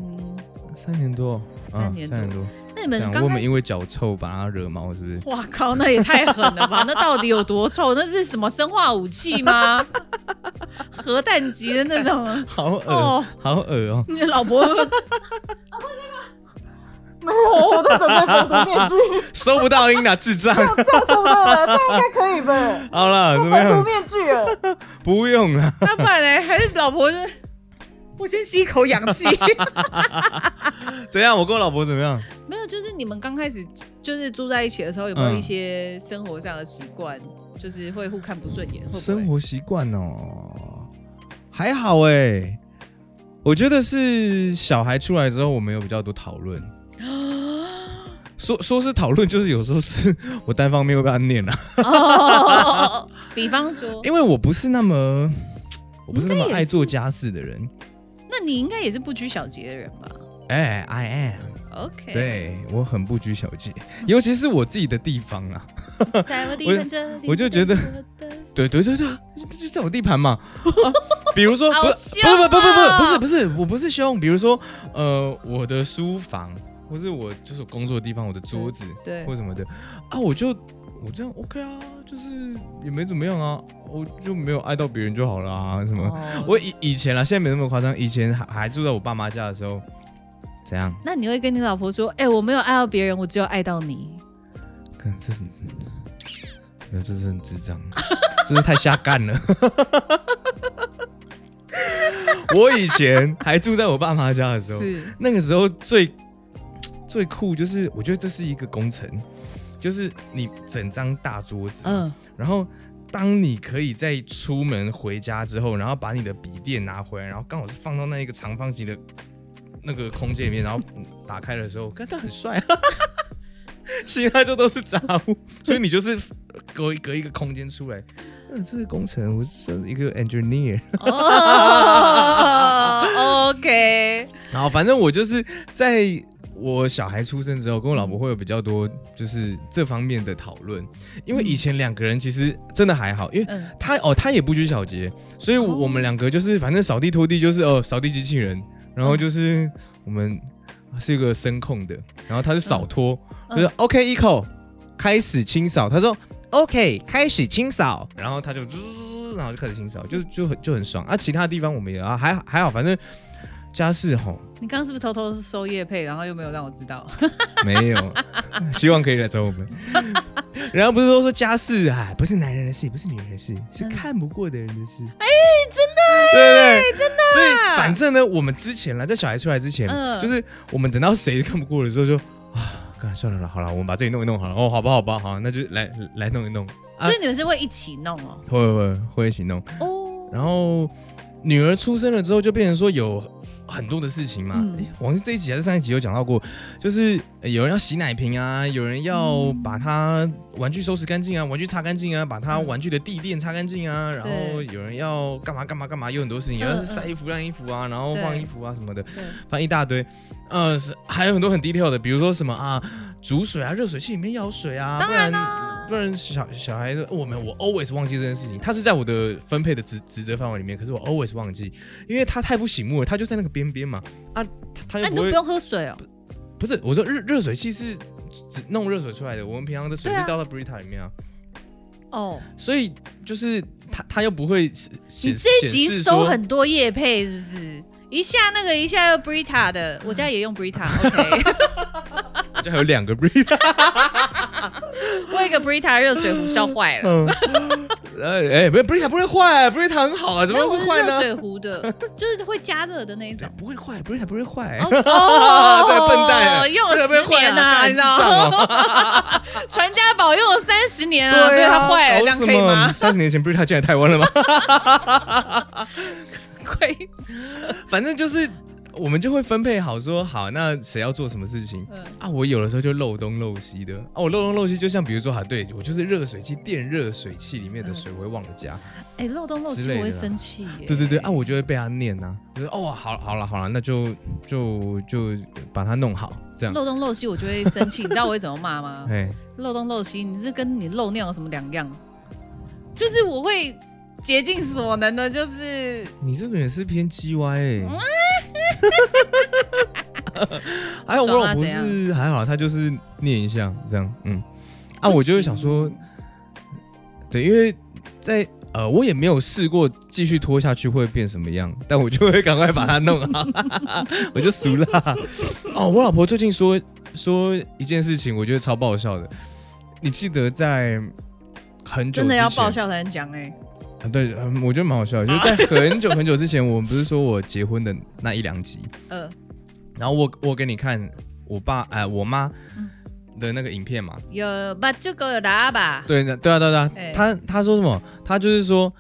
Speaker 3: 三年多，
Speaker 1: 三年多
Speaker 3: 嗯三年多。
Speaker 1: 那你
Speaker 3: 这
Speaker 1: 们
Speaker 3: 样
Speaker 1: 刚
Speaker 3: 我
Speaker 1: 开
Speaker 3: 们
Speaker 1: 始
Speaker 3: 因为脚臭把他惹毛，是不 是？
Speaker 1: 哇靠，那也太狠了 吧！那到底有多臭？那是什么生化武器吗？核弹级的那种？
Speaker 3: 好恶，
Speaker 1: 哦
Speaker 3: 好恶哦。
Speaker 1: 你老婆
Speaker 5: 没有，哦我在准备防毒面具，
Speaker 3: 收不到音了，智障。
Speaker 5: 叫出来了，这样应该可以吧？
Speaker 3: 好了，怎么
Speaker 5: 防毒
Speaker 3: 样？
Speaker 5: 面具了，
Speaker 3: 不用了。
Speaker 1: 那不然嘞，还是老婆就我先吸一口氧 气。
Speaker 3: 怎样？我跟我老婆怎么样？
Speaker 1: 没有，就是你们刚开始就是住在一起的时候，有没有
Speaker 3: 嗯
Speaker 1: 一些生活上的习惯，就是会互看不顺眼？会不会
Speaker 3: 生活习惯哦，还好哎、我觉得是小孩出来之后，我们有比较多讨论。
Speaker 1: 啊
Speaker 3: 说说是讨论，就是有时候是我单方面会被他念啊，
Speaker 1: 哦， 比方说，
Speaker 3: 因为我不是那么，我不是那么
Speaker 1: 应该也是
Speaker 3: 爱做家事的人。
Speaker 1: 那你应该也是不拘小节的人吧
Speaker 3: 哎、i am，
Speaker 1: ？OK，，
Speaker 3: 对我很不拘小节，尤其是我自己的地方啊。
Speaker 1: 在我的
Speaker 3: 我
Speaker 1: 地盘这里，
Speaker 3: 我就觉得
Speaker 1: 在我的
Speaker 3: 对对对对，就就在我地盘嘛。啊比如 说，不
Speaker 1: 好
Speaker 3: 不
Speaker 1: 凶
Speaker 3: 不不不不
Speaker 1: 哦
Speaker 3: 不是不是，我不是凶。比如说，呃，我的书房，或是我就是我工作的地方，我的桌子，
Speaker 1: 对
Speaker 3: 或什么的啊，我就我这样 OK 啊，就是也没怎么样啊，我就没有爱到别人就好了啊，什么。
Speaker 1: 哦
Speaker 3: 我以以前啦，啊现在没那么夸张。以前还还住在我爸妈家的时候，怎样？
Speaker 1: 那你会跟你老婆说：“哎、我没有爱到别人，我只有爱到你。
Speaker 3: 看这是，没有，这是很智障， 真是太瞎干了。 我以前还住在我爸妈家的”时候，
Speaker 1: 是，
Speaker 3: 那个时候最最酷就是，我觉得这是一个工程，就是你整张大桌子，
Speaker 1: 嗯，
Speaker 3: 然后当你可以在出门回家之后，然后把你的笔电拿回来，然后刚好是放到那一个长方形的那个空间里面，然后打开的时候，看他很帅、啊， 其他就都是杂物，所以你就是隔一隔一个空间出来。嗯，这个工程我是一个 engineer，
Speaker 1: 嗯 哦，OK，
Speaker 3: 然后反正我就是在我小孩出生之后，跟我老婆会有比较多就是这方面的讨论，因为以前两个人其实真的还好，因为
Speaker 1: 嗯，
Speaker 3: 他哦，他也不拘小节，所以我
Speaker 1: 哦
Speaker 3: 我们两个就是反正扫地拖地就是哦，扫地机器人，然
Speaker 1: 嗯
Speaker 3: 后就是我们是一个声控的，然后他是扫拖，
Speaker 1: 嗯
Speaker 3: 就是 OK 一口开始清扫，他说 OK 开始清扫，然后他就滋，然后就开始清扫，就就很就很爽啊。其他地方我们也啊还还好，反正家事吼
Speaker 1: 你刚刚是不是偷偷收叶配，然后又没有让我知道？
Speaker 3: 没有，希望可以来找我 们。然后不是都说家事啊，不是男人的事，不是女人的事，是看不过的人的事。嗯哎、真的，对不对？真的。所以反正呢，我们之前啦，在小孩出来之前，
Speaker 1: 嗯
Speaker 3: 就是我们等到谁看不过的时候就，啊，干算了啦，好了，我们把自己弄一弄好了。哦，好吧，好吧，好，那就来来弄一弄。啊
Speaker 1: 所以你们是会一起弄哦？
Speaker 3: 会会会一起弄。
Speaker 1: 哦，
Speaker 3: 然后女儿出生了之后，就变成说有很多的事情嘛。
Speaker 1: 嗯
Speaker 3: 诶我忘记这一集还是上一集有讲到过，就是呃有人要洗奶瓶啊，有人要把他玩具收拾干净啊，玩具擦干净啊，把他
Speaker 1: 嗯
Speaker 3: 玩具的地垫擦干净啊，然后有人要干嘛干嘛干嘛，有很多事情，
Speaker 1: 嗯
Speaker 3: 有要晒衣服晾衣服啊，然后
Speaker 1: 对
Speaker 3: 放衣服啊什么的，
Speaker 1: 对，
Speaker 3: 反正一大堆。呃，是还有很多很低调的，比如说什么啊，煮水啊，热水器里面要水啊，
Speaker 1: 当
Speaker 3: 不然
Speaker 1: 然啦
Speaker 3: 不然小小孩的我们我 always 忘记这件事情，他是在我的分配的职职责范围里面，可是我 always 忘记，因为他太不醒目了，他就在那个边边嘛，啊，他他
Speaker 1: 那、
Speaker 3: 又不
Speaker 1: 你都不
Speaker 3: 会，
Speaker 1: 用喝水哦？
Speaker 3: 不是我说热热水器是只弄热水出来的，我们平常的水
Speaker 1: 对
Speaker 3: 是
Speaker 1: 啊
Speaker 3: 倒到 Brita 里面啊，
Speaker 1: 哦，
Speaker 3: 所以就是他他又不会显，
Speaker 1: 你
Speaker 3: 显
Speaker 1: 这
Speaker 3: 显
Speaker 1: 一集
Speaker 3: 示
Speaker 1: 收
Speaker 3: 说
Speaker 1: 很多叶配是不是？一下那个，一下又 Brita 的，我家也用
Speaker 3: 嗯
Speaker 1: Brita，OK，、
Speaker 3: 我家有两个 Brita，
Speaker 1: 我有一个 Brita 热水壶烧坏了，
Speaker 3: 嗯，呃 哎，不是 Brita 不会坏，Brita 很好啊，怎么
Speaker 1: 哎那我
Speaker 3: 会
Speaker 1: 是
Speaker 3: 坏
Speaker 1: 热
Speaker 3: 呢？
Speaker 1: 水壶的，就是会加热的那一种。
Speaker 3: 不会坏，Brita 不会坏。
Speaker 1: 哦
Speaker 3: 对，笨蛋，
Speaker 1: 用了
Speaker 3: 不会
Speaker 1: 十
Speaker 3: 坏
Speaker 1: 年呐、
Speaker 3: 啊，
Speaker 1: 你知
Speaker 3: 干智障
Speaker 1: 道
Speaker 3: 哦
Speaker 1: 吗？ 传家宝用了三十年
Speaker 3: 对
Speaker 1: 啊，
Speaker 3: 啊，
Speaker 1: 所以它坏了，这样可以吗？
Speaker 3: 三十年前不是他进来台湾了吗？
Speaker 1: 亏，
Speaker 3: 反正就是我们就会分配好说，好，那谁要做什么事情。
Speaker 1: 嗯
Speaker 3: 啊，我有的时候就漏东漏西的啊，我漏东漏西，就像比如说，啊，对我就是热水器电热水器里
Speaker 1: 嗯
Speaker 3: 面的水，我会忘了加。
Speaker 1: 哎、漏洞漏
Speaker 3: 之
Speaker 1: 西
Speaker 3: 类的
Speaker 1: 我会
Speaker 3: 啦
Speaker 1: 生气耶、
Speaker 3: 对对对，啊，我就会被他念呐、啊，就是哦，好了好了好了，那就就就把它弄好，这样。
Speaker 1: 漏洞漏西我就会生气，你知道我会怎么骂 吗？
Speaker 3: 哎，
Speaker 1: 漏洞漏西，你这跟你漏尿有什么两样？就是我会竭尽所能的，就是
Speaker 3: 哎你这个人是偏鸡歪哎、
Speaker 1: 嗯
Speaker 3: 欸。还有
Speaker 1: 爽
Speaker 3: 我
Speaker 1: 啊
Speaker 3: 老婆
Speaker 1: 怎
Speaker 3: 是还好，她就是念一下这样，嗯，啊，
Speaker 1: 不行
Speaker 3: 我就会想说，对，因为在呃，我也没有试过继续拖下去会变什么样，但我就会赶快把它弄好， 我就熟了。哦，我老婆最近说说一件事情，我觉得超爆笑的，你记得在很久
Speaker 1: 真的要
Speaker 3: 之前
Speaker 1: 爆笑才能讲哎、
Speaker 3: 啊，对，嗯我觉得蛮好笑的，就是在很久很久之前，我们不是说我结婚的那一两集，
Speaker 1: 呃，
Speaker 3: 然后我我给你看我爸哎、我妈
Speaker 1: 嗯
Speaker 3: 的那个影片嘛，
Speaker 1: 有把这个打吧，
Speaker 3: 对那对啊对啊对
Speaker 1: 哎
Speaker 3: 啊，他他说什么？他就是说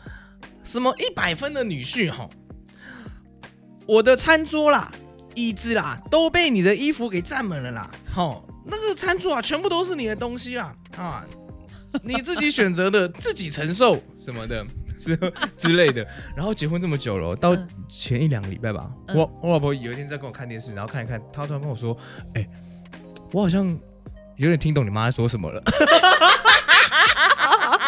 Speaker 3: 什么一百分的女婿哈，我的餐桌啦、椅子啦都被你的衣服给占满了啦，好，那个餐桌啊全部都是你的东西啦啊，你自己选择的，自己承受什么的。 之之类的，然后结婚这么久了，到
Speaker 1: 嗯
Speaker 3: 前一两个礼拜吧，
Speaker 1: 嗯
Speaker 3: 我我老婆有一天在跟我看电视，然后看一看，她突然跟我说：“哎、我好像有点听懂你妈在说什么了。”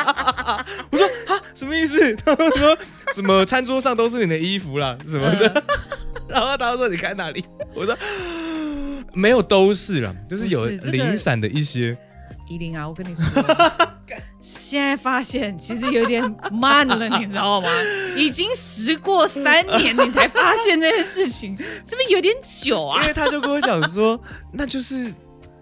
Speaker 3: 我说啊，什么意思？ 他们说什么餐桌上都是你的衣服啦，什么的。
Speaker 1: 嗯
Speaker 3: 然后他说你看哪里？我说没有，都是啦，就是有
Speaker 1: 不是这个
Speaker 3: 零散的一些。
Speaker 1: 依琳啊，我跟 你说，现在发现其实有点慢了，你 知道吗？已经时过三年，你才发现这件事情，是不是有点久 啊
Speaker 3: 因？为他就跟我讲说， 那就是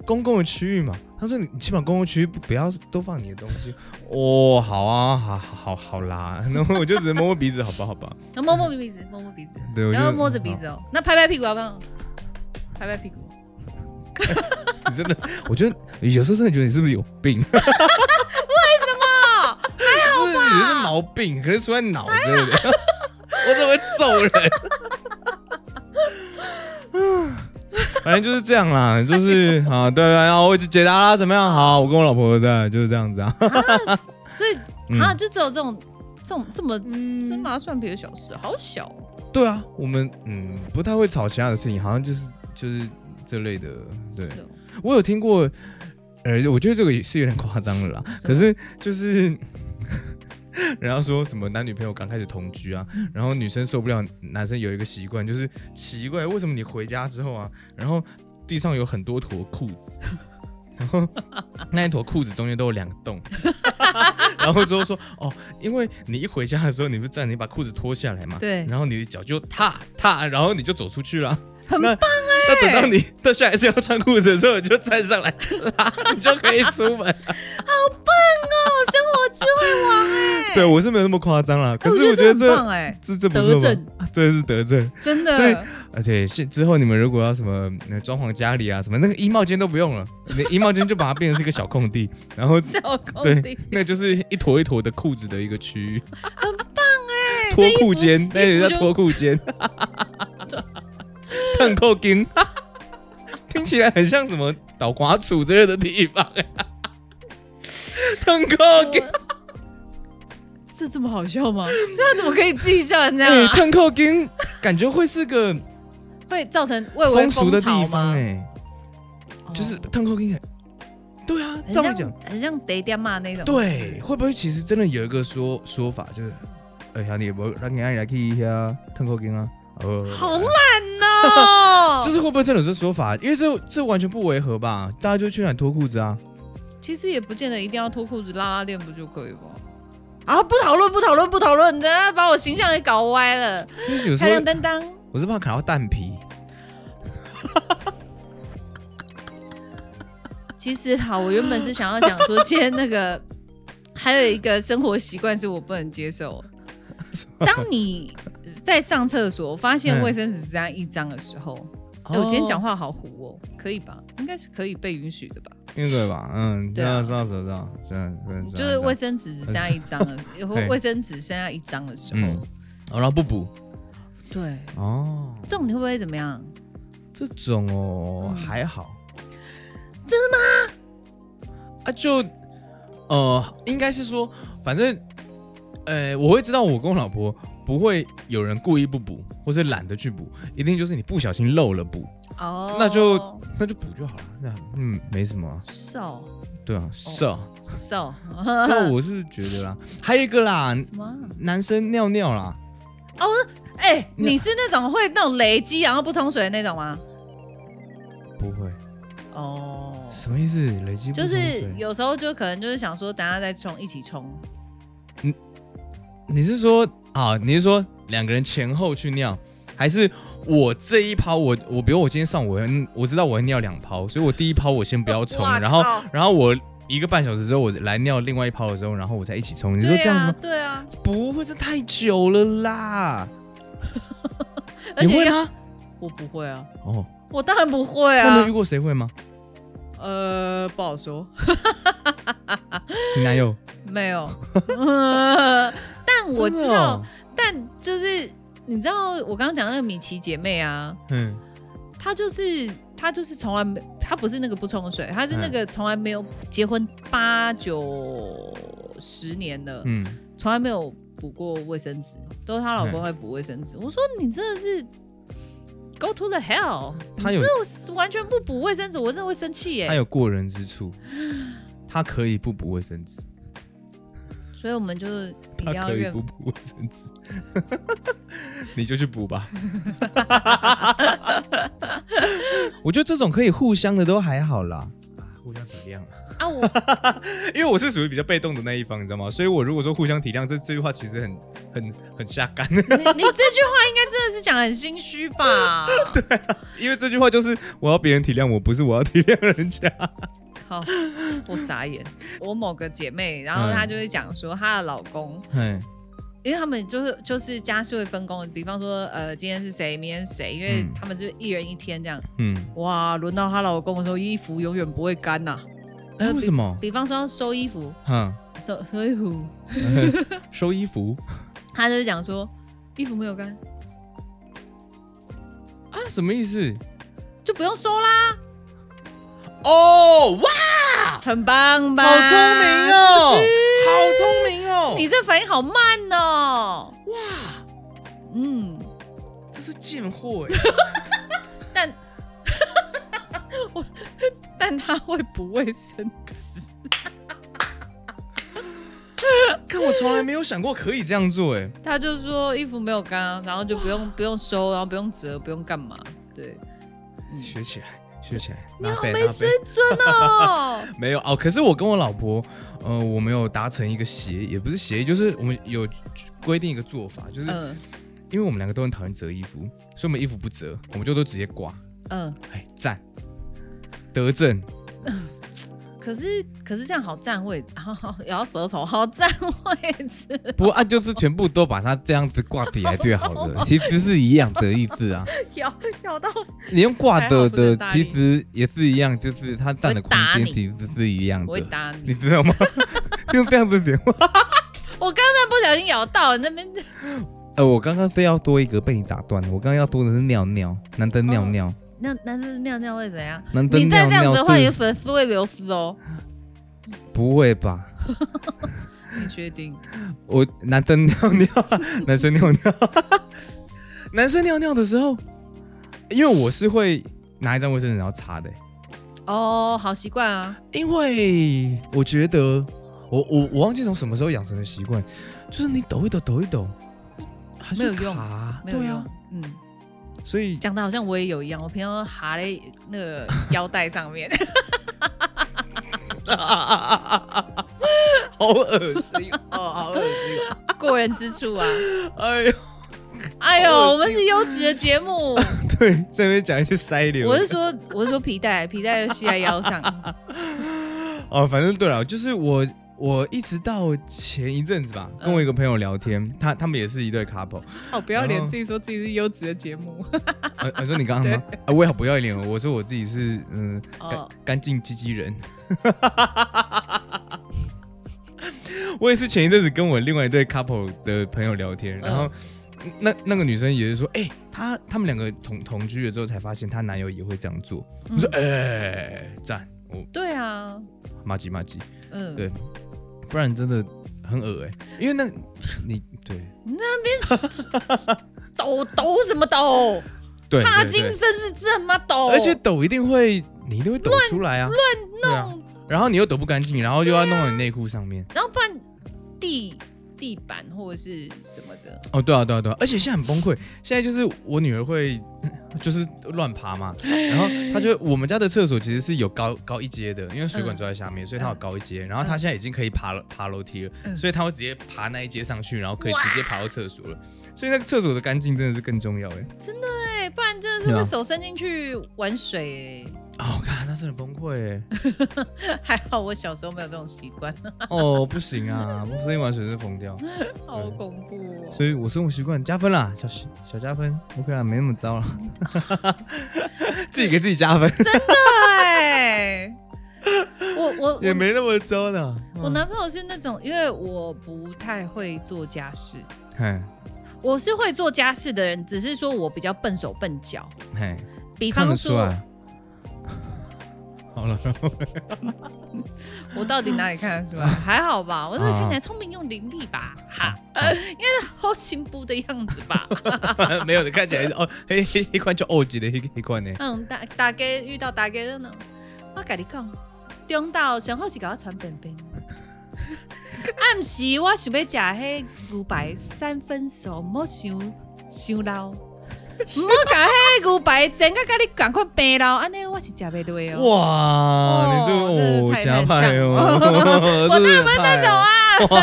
Speaker 3: 公共的区域嘛。他说你你起码公共区域不不要都放你的东西。哦，好啊，好好好啦。 然后我就只是摸摸鼻子，好吧，好吧。
Speaker 1: 然后摸摸鼻子，摸摸鼻子，
Speaker 3: 对我就嗯
Speaker 1: 然后摸着鼻子哦，那拍拍屁股好不好？拍拍屁股，
Speaker 3: 你真的，我觉得有时候真的觉得你是不是有病？为 什么？还好吧？有些毛病，可能出在脑子里。 我怎么会揍人？ 反正就是这样啦，就是啊，对对，然后我就解答啦，怎么样？好，我跟我老婆在，就是这样子啊。
Speaker 1: 所以、
Speaker 3: 嗯
Speaker 1: 啊，就只有这种这种这么芝麻蒜皮的小事，好小哦、
Speaker 3: 对啊，我们嗯不太会吵其他的事情，好像就是就是这类的。对，
Speaker 1: 是哦
Speaker 3: 我有听过，呃，我觉得这个也是有点夸张 了啦。可是就是， 人家说什么男女朋友刚开始同居啊，
Speaker 1: 嗯
Speaker 3: 然后女生受不了男生有一个习惯，就是奇怪为什么你回家之后啊，然后地上有很多坨裤子。 然后那一坨裤子中间都有两个洞， 然后之后说哦，因为你一回家的时候，你不是站，你把裤子脱下来嘛，
Speaker 1: 对
Speaker 3: 然后你的脚就踏踏，然后你就走出去了，
Speaker 1: 很
Speaker 3: 那
Speaker 1: 棒哎、
Speaker 3: 那等到你到下一次要穿裤子的时候，你就站上来拉，你就可以出门。
Speaker 1: 哎哦，生活智慧王哎、
Speaker 3: 对我是没有那么夸张啦， 可
Speaker 1: 哎
Speaker 3: 是我觉得
Speaker 1: 这很棒
Speaker 3: 这
Speaker 1: 哎、
Speaker 3: 这这不错
Speaker 1: 德政
Speaker 3: 吧？这是德政。
Speaker 1: 真
Speaker 3: 所以
Speaker 1: 的。
Speaker 3: 而且是之后你们如果要什么呃装潢家里啊什么，那个衣帽间都不用了，你的衣帽间就把它变成是一个小空 地，然后
Speaker 1: 小工
Speaker 3: 对
Speaker 1: 地，
Speaker 3: 那就是一坨一坨的裤子的一个区域，
Speaker 1: 很棒哎、
Speaker 3: 脱
Speaker 1: 这衣服
Speaker 3: 裤间，那
Speaker 1: 衣
Speaker 3: 也
Speaker 1: 服
Speaker 3: 叫
Speaker 1: 就
Speaker 3: 脱裤 间，腾扣巾， 听起来很像什么倒瓜杵之类的地方、欸，腾扣巾，
Speaker 1: 这这么好笑吗？ 那怎么可以自己笑成这样
Speaker 3: 哎，
Speaker 1: 啊？
Speaker 3: 腾扣巾，感觉会是个
Speaker 1: 会造成蔚为
Speaker 3: 风俗的
Speaker 1: 潮
Speaker 3: 地
Speaker 1: 吗
Speaker 3: 方、？哎，
Speaker 1: 哦
Speaker 3: 就是腾扣巾，对啊，
Speaker 1: 很
Speaker 3: 这样
Speaker 1: 像嗯
Speaker 3: 讲。
Speaker 1: 很像得爹骂那种。
Speaker 3: 对，会不会其实真的有一个说说法，就是，哎、呀，你不让你来去一下腾口金啊，呃，
Speaker 1: 好烂 哦、
Speaker 3: 就是会不会真的有这说法？因为这这完全不违和吧？大家就去哪脱裤子啊？
Speaker 1: 其实也不见得一定要脱裤子拉拉链不就可以吗？啊，不讨论，不讨论，不讨论，等下把我形象给搞歪了。
Speaker 3: 就是有时
Speaker 1: 漂
Speaker 3: 候
Speaker 1: 亮担当，
Speaker 3: 我是怕卡到蛋皮，
Speaker 1: 其实好，我原本是想要讲说，今天 那个还有一个生活习惯是我不能接受。当你在上厕所发现
Speaker 3: 嗯
Speaker 1: 卫生纸只剩下一张的时候，哎、我今天讲话好糊哦，可以吧？应该是可以被允许的吧？
Speaker 3: 那个吧，嗯，知
Speaker 1: 对
Speaker 3: 道
Speaker 1: 啊
Speaker 3: 知道知道知道，知道
Speaker 1: 就是卫
Speaker 3: 为
Speaker 1: 生纸只剩下一张 了，或
Speaker 3: 对
Speaker 1: 卫生纸剩下一张的时候，
Speaker 3: 嗯，哦然后不补
Speaker 1: 对，
Speaker 3: 哦，
Speaker 1: 这种你会不会怎么样？
Speaker 3: 这种哦
Speaker 1: 嗯
Speaker 3: 还好，真的吗？啊，就呃，应该是说，反正呃，我会知道我跟我老婆不会有人故意不补，或是懒得去补，一定就是你不小心漏了补，
Speaker 1: 哦，
Speaker 3: 那就那就补就好了。那嗯，没什么啊，
Speaker 1: 瘦
Speaker 3: 对
Speaker 1: 哦
Speaker 3: 啊，是 啊。
Speaker 1: 瘦
Speaker 3: 但我是觉得啦，还有一个啦，
Speaker 1: 什么啊？
Speaker 3: 男生尿尿啦，
Speaker 1: 哎、你是那种会那种累积然后不冲水的那种吗？
Speaker 3: 不会，
Speaker 1: 哦，
Speaker 3: 什么意思？累积不
Speaker 1: 就
Speaker 3: 冲
Speaker 1: 是
Speaker 3: 水
Speaker 1: 有时候就可能就是想说，等下再冲，一起冲。
Speaker 3: 你是说啊？你是说两个人前后去尿，还是我这一泡我我比如我今天上午我会嗯我知道我会尿两泡，所以我第一泡我先不要冲，
Speaker 1: 哇
Speaker 3: 然后
Speaker 1: 靠
Speaker 3: 然后我一个半小时之后我来尿另外一泡的时候，然后我才一起冲。你说
Speaker 1: 对
Speaker 3: 这样子
Speaker 1: 啊
Speaker 3: 吗？，
Speaker 1: 对啊，
Speaker 3: 不会，这太久了啦。
Speaker 1: 而
Speaker 3: 你
Speaker 1: 且
Speaker 3: 会
Speaker 1: 要
Speaker 3: 吗？
Speaker 1: 我不会啊，
Speaker 3: 哦，
Speaker 1: 我当然不会
Speaker 3: 那
Speaker 1: 啊
Speaker 3: 没遇。过谁会吗？
Speaker 1: 呃，不好说，
Speaker 3: 你男友？
Speaker 1: 没有。 呃但我知
Speaker 3: 真的
Speaker 1: 道
Speaker 3: 哦，，
Speaker 1: 但就是你知道，我刚刚讲那个米奇姐妹啊，
Speaker 3: 嗯，
Speaker 1: 她就是她就是从来没，她不是那个不冲水，她是那
Speaker 3: 嗯
Speaker 1: 个从来没有结婚八九十年了，
Speaker 3: 嗯，
Speaker 1: 从来没有补过卫生纸，都是她老公会补卫生纸。
Speaker 3: 嗯
Speaker 1: 我说你真的是 go to the hell，
Speaker 3: 他
Speaker 1: 你
Speaker 3: 有
Speaker 1: 真的完全不补卫生纸，我真的会生气耶、
Speaker 3: 他有过人之处，他可以不补卫生纸，
Speaker 1: 所以我们就是一定
Speaker 3: 他
Speaker 1: 要
Speaker 3: 可以
Speaker 1: 认
Speaker 3: 不补卫生纸， 你就去补 吧。我觉得这种可以互相的都还好啦，互相体谅。
Speaker 1: 啊，我
Speaker 3: 因为我是属于比较被动的那一方，你知道吗？所以我如果说互相体谅，这这句话其实很很很下干，
Speaker 1: 你你这句话应该真的是讲得很心虚 吧？
Speaker 3: 因为这句话就是我要别人体谅我，不是我要体谅人家。
Speaker 1: 好， 我傻眼。我某个姐妹，然后
Speaker 3: 嗯
Speaker 1: 她就会讲说，她的老公，
Speaker 3: 嗯
Speaker 1: 因为他们就是就是家事会分工，比方说，呃，今天是谁，明天是谁，因为
Speaker 3: 嗯
Speaker 1: 他们是一人一天这样。
Speaker 3: 嗯，
Speaker 1: 哇，轮到她老公的时候，衣服永远不会干呐、
Speaker 3: 哎、为什么？
Speaker 1: 呃比方说要收衣服，
Speaker 3: 嗯，
Speaker 1: 收收衣服，
Speaker 3: 收衣服
Speaker 1: 她就讲说衣服没有干，
Speaker 3: 啊？什么意思？
Speaker 1: 就不用收啦，
Speaker 3: 哦，哇，
Speaker 1: 很棒吧？
Speaker 3: 好聪明哦，好聪明哦，
Speaker 1: 你这反应好慢哦！哇，嗯，
Speaker 3: 这是贱货哎。
Speaker 1: 但我但他会不卫生纸，
Speaker 3: 看我从来没有想过可以这样做哎、
Speaker 1: 他就说衣服没有干啊，然后就不用不用收，然后不用折，不用干嘛，对，
Speaker 3: 学起来。学起来。
Speaker 1: 你好
Speaker 3: 拿背
Speaker 1: 没
Speaker 3: 拿
Speaker 1: 水
Speaker 3: 背
Speaker 1: 准 哦！
Speaker 3: 没有哦，可是我跟我老婆，呃，我们有达成一个协议，也不是协议，就是我们有规定一个做法，就是
Speaker 1: 嗯
Speaker 3: 因为我们两个都很讨厌折衣服，所以我们衣服不折，我们就都直接挂。
Speaker 1: 嗯，
Speaker 3: 哎，赞，德政，
Speaker 1: 可是可是这样好占位，好好也要佛头，好占位置。
Speaker 6: 不过啊，就是全部都把它这样子挂起来最好 了，其实是一样的意思啊。
Speaker 1: 咬咬到
Speaker 6: 你用挂
Speaker 1: 还好
Speaker 6: 的
Speaker 1: 不能
Speaker 6: 的
Speaker 1: 搭，
Speaker 6: 其
Speaker 1: 你
Speaker 6: 实也是一样，就是它占的空
Speaker 1: 我会打
Speaker 6: 间
Speaker 1: 你
Speaker 6: 其实是一样
Speaker 1: 我会
Speaker 6: 的，
Speaker 1: 打
Speaker 6: 你
Speaker 1: 你，
Speaker 6: 知道吗？ 用这样子讲话，
Speaker 1: 我刚才不小心咬到你那边，
Speaker 6: 呃，我刚刚是要多一个被你打断了，我刚刚要多的是尿尿，男生尿尿，
Speaker 1: 那男生尿尿会怎样？
Speaker 6: 男生
Speaker 1: 哦你再
Speaker 6: 尿
Speaker 1: 这样
Speaker 6: 尿
Speaker 1: 子的话，
Speaker 6: 是
Speaker 1: 你的粉丝会流失哦。
Speaker 6: 不会吧？
Speaker 1: 你确定？
Speaker 6: 我男生尿尿， 男生尿尿，
Speaker 3: 男生尿尿的时候，因为我是会拿一张卫生纸然后擦
Speaker 6: 欸
Speaker 3: 的、
Speaker 1: 哦，好习惯啊。
Speaker 3: 因为我觉得我我我忘记从什么时候养成的习惯，就是你抖一抖抖一抖，还是
Speaker 1: 没有用
Speaker 3: 卡啊
Speaker 1: 没有
Speaker 3: 对
Speaker 1: 用。
Speaker 3: 啊，
Speaker 1: 嗯，
Speaker 3: 所 以
Speaker 1: 讲的好像我也有一样，我平常都哈在那个腰带上面，
Speaker 3: 好恶心哦，好恶心、
Speaker 1: 过人之处啊！
Speaker 3: 哎呦，
Speaker 1: 哎呦，
Speaker 3: 好恶心
Speaker 1: 我们是优质的节目。
Speaker 3: 对，在那边讲一些塞流。
Speaker 1: 我是说，我是说皮带，皮带就系在腰上。
Speaker 3: 哦，反正对了，就是我我一直到前一阵子吧，跟我一个朋友聊天，他他们也是一对 couple，
Speaker 1: 哦，不要脸，自己说自己是优质的节目。
Speaker 3: 呃，我说你刚刚吗？啊，我也好不要脸哦，我说我自己是嗯、干
Speaker 1: 哦，
Speaker 3: 干净鸡鸡人。 我也是前一阵子跟我另外一对 couple 的朋友聊天，然后
Speaker 1: 嗯
Speaker 3: 那那个女生也是说，哎、她他们两个同同居了之后才发现她男友也会这样做。
Speaker 1: 嗯
Speaker 3: 我说，哎、赞，我
Speaker 1: 对啊，
Speaker 3: 麻吉麻吉，
Speaker 1: 嗯，
Speaker 3: 对不然真的很恶哎、因为那你对
Speaker 1: 抖抖什么抖？
Speaker 3: 对
Speaker 1: 帕
Speaker 3: 对
Speaker 1: 金
Speaker 3: 对
Speaker 1: 森是这么抖，
Speaker 3: 而且抖一定会，你一定会抖出来啊，乱
Speaker 1: 弄
Speaker 3: 然后你又抖不干净，然后又要弄到你内裤上面。
Speaker 1: 然后不然地地板或者是什么的，
Speaker 3: 哦，对啊，对啊，对啊，而且现在很崩溃。现在就是我女儿会 就是乱爬嘛，然后她就我们家的厕所其实是有高高一阶的，因为水管就在下面，所以她有高一阶。然后她现在已经可以爬了爬楼梯了，
Speaker 1: 嗯
Speaker 3: 所以她会直接爬那一阶上去，然后可以直接爬到厕所了。所以那个厕所的干净真的是更重要哎。
Speaker 1: 对，不然真的是
Speaker 3: 对
Speaker 1: 会
Speaker 3: 啊
Speaker 1: 手伸进去玩水、欸
Speaker 3: 哦，我看那真的崩溃哎。
Speaker 1: 还好我小时候没有这种习惯，
Speaker 3: 哦，不行啊，不声音完全是疯掉。
Speaker 1: 好恐怖哦。
Speaker 3: 所以我生活习惯加分啦，小小加分，OK 啦，没那么糟了， 自己给自己加分，
Speaker 1: 对，我我
Speaker 3: 也
Speaker 1: 我
Speaker 3: 没那么糟呢。
Speaker 1: 我男朋友是那种，因为我不太会做家事，
Speaker 3: 嘿，
Speaker 1: 我是会做家事的人，只是说我比较笨手笨脚。
Speaker 3: 嘿，
Speaker 1: 比
Speaker 3: 看
Speaker 1: 方
Speaker 3: 得出
Speaker 1: 说，
Speaker 3: 来。好了，
Speaker 1: 我到底哪里看得出来？ 还好吧，我这看
Speaker 3: 啊
Speaker 1: 起来聪明又伶俐吧，哈， 呃，应该是后勤部的样子吧。
Speaker 3: 没有，你看起来是哦，黑黑黑款就欧级的黑黑款呢。
Speaker 1: 嗯，大大家遇到大家的呢，我跟你讲，中昼上好是甲我传便 便，暗时我想要食迄牛排三分熟，莫想想老，莫甲迄牛排煎甲甲你赶快白老，安尼我是食袂落哦。
Speaker 3: 哇，你这个
Speaker 1: 真
Speaker 3: 哦
Speaker 1: 是，太
Speaker 3: 加派
Speaker 1: 难唱
Speaker 3: 哦，
Speaker 1: 我
Speaker 3: 真的
Speaker 1: 哪
Speaker 3: 很
Speaker 1: 有那
Speaker 3: 派
Speaker 1: 种
Speaker 3: 哦？
Speaker 1: 啊！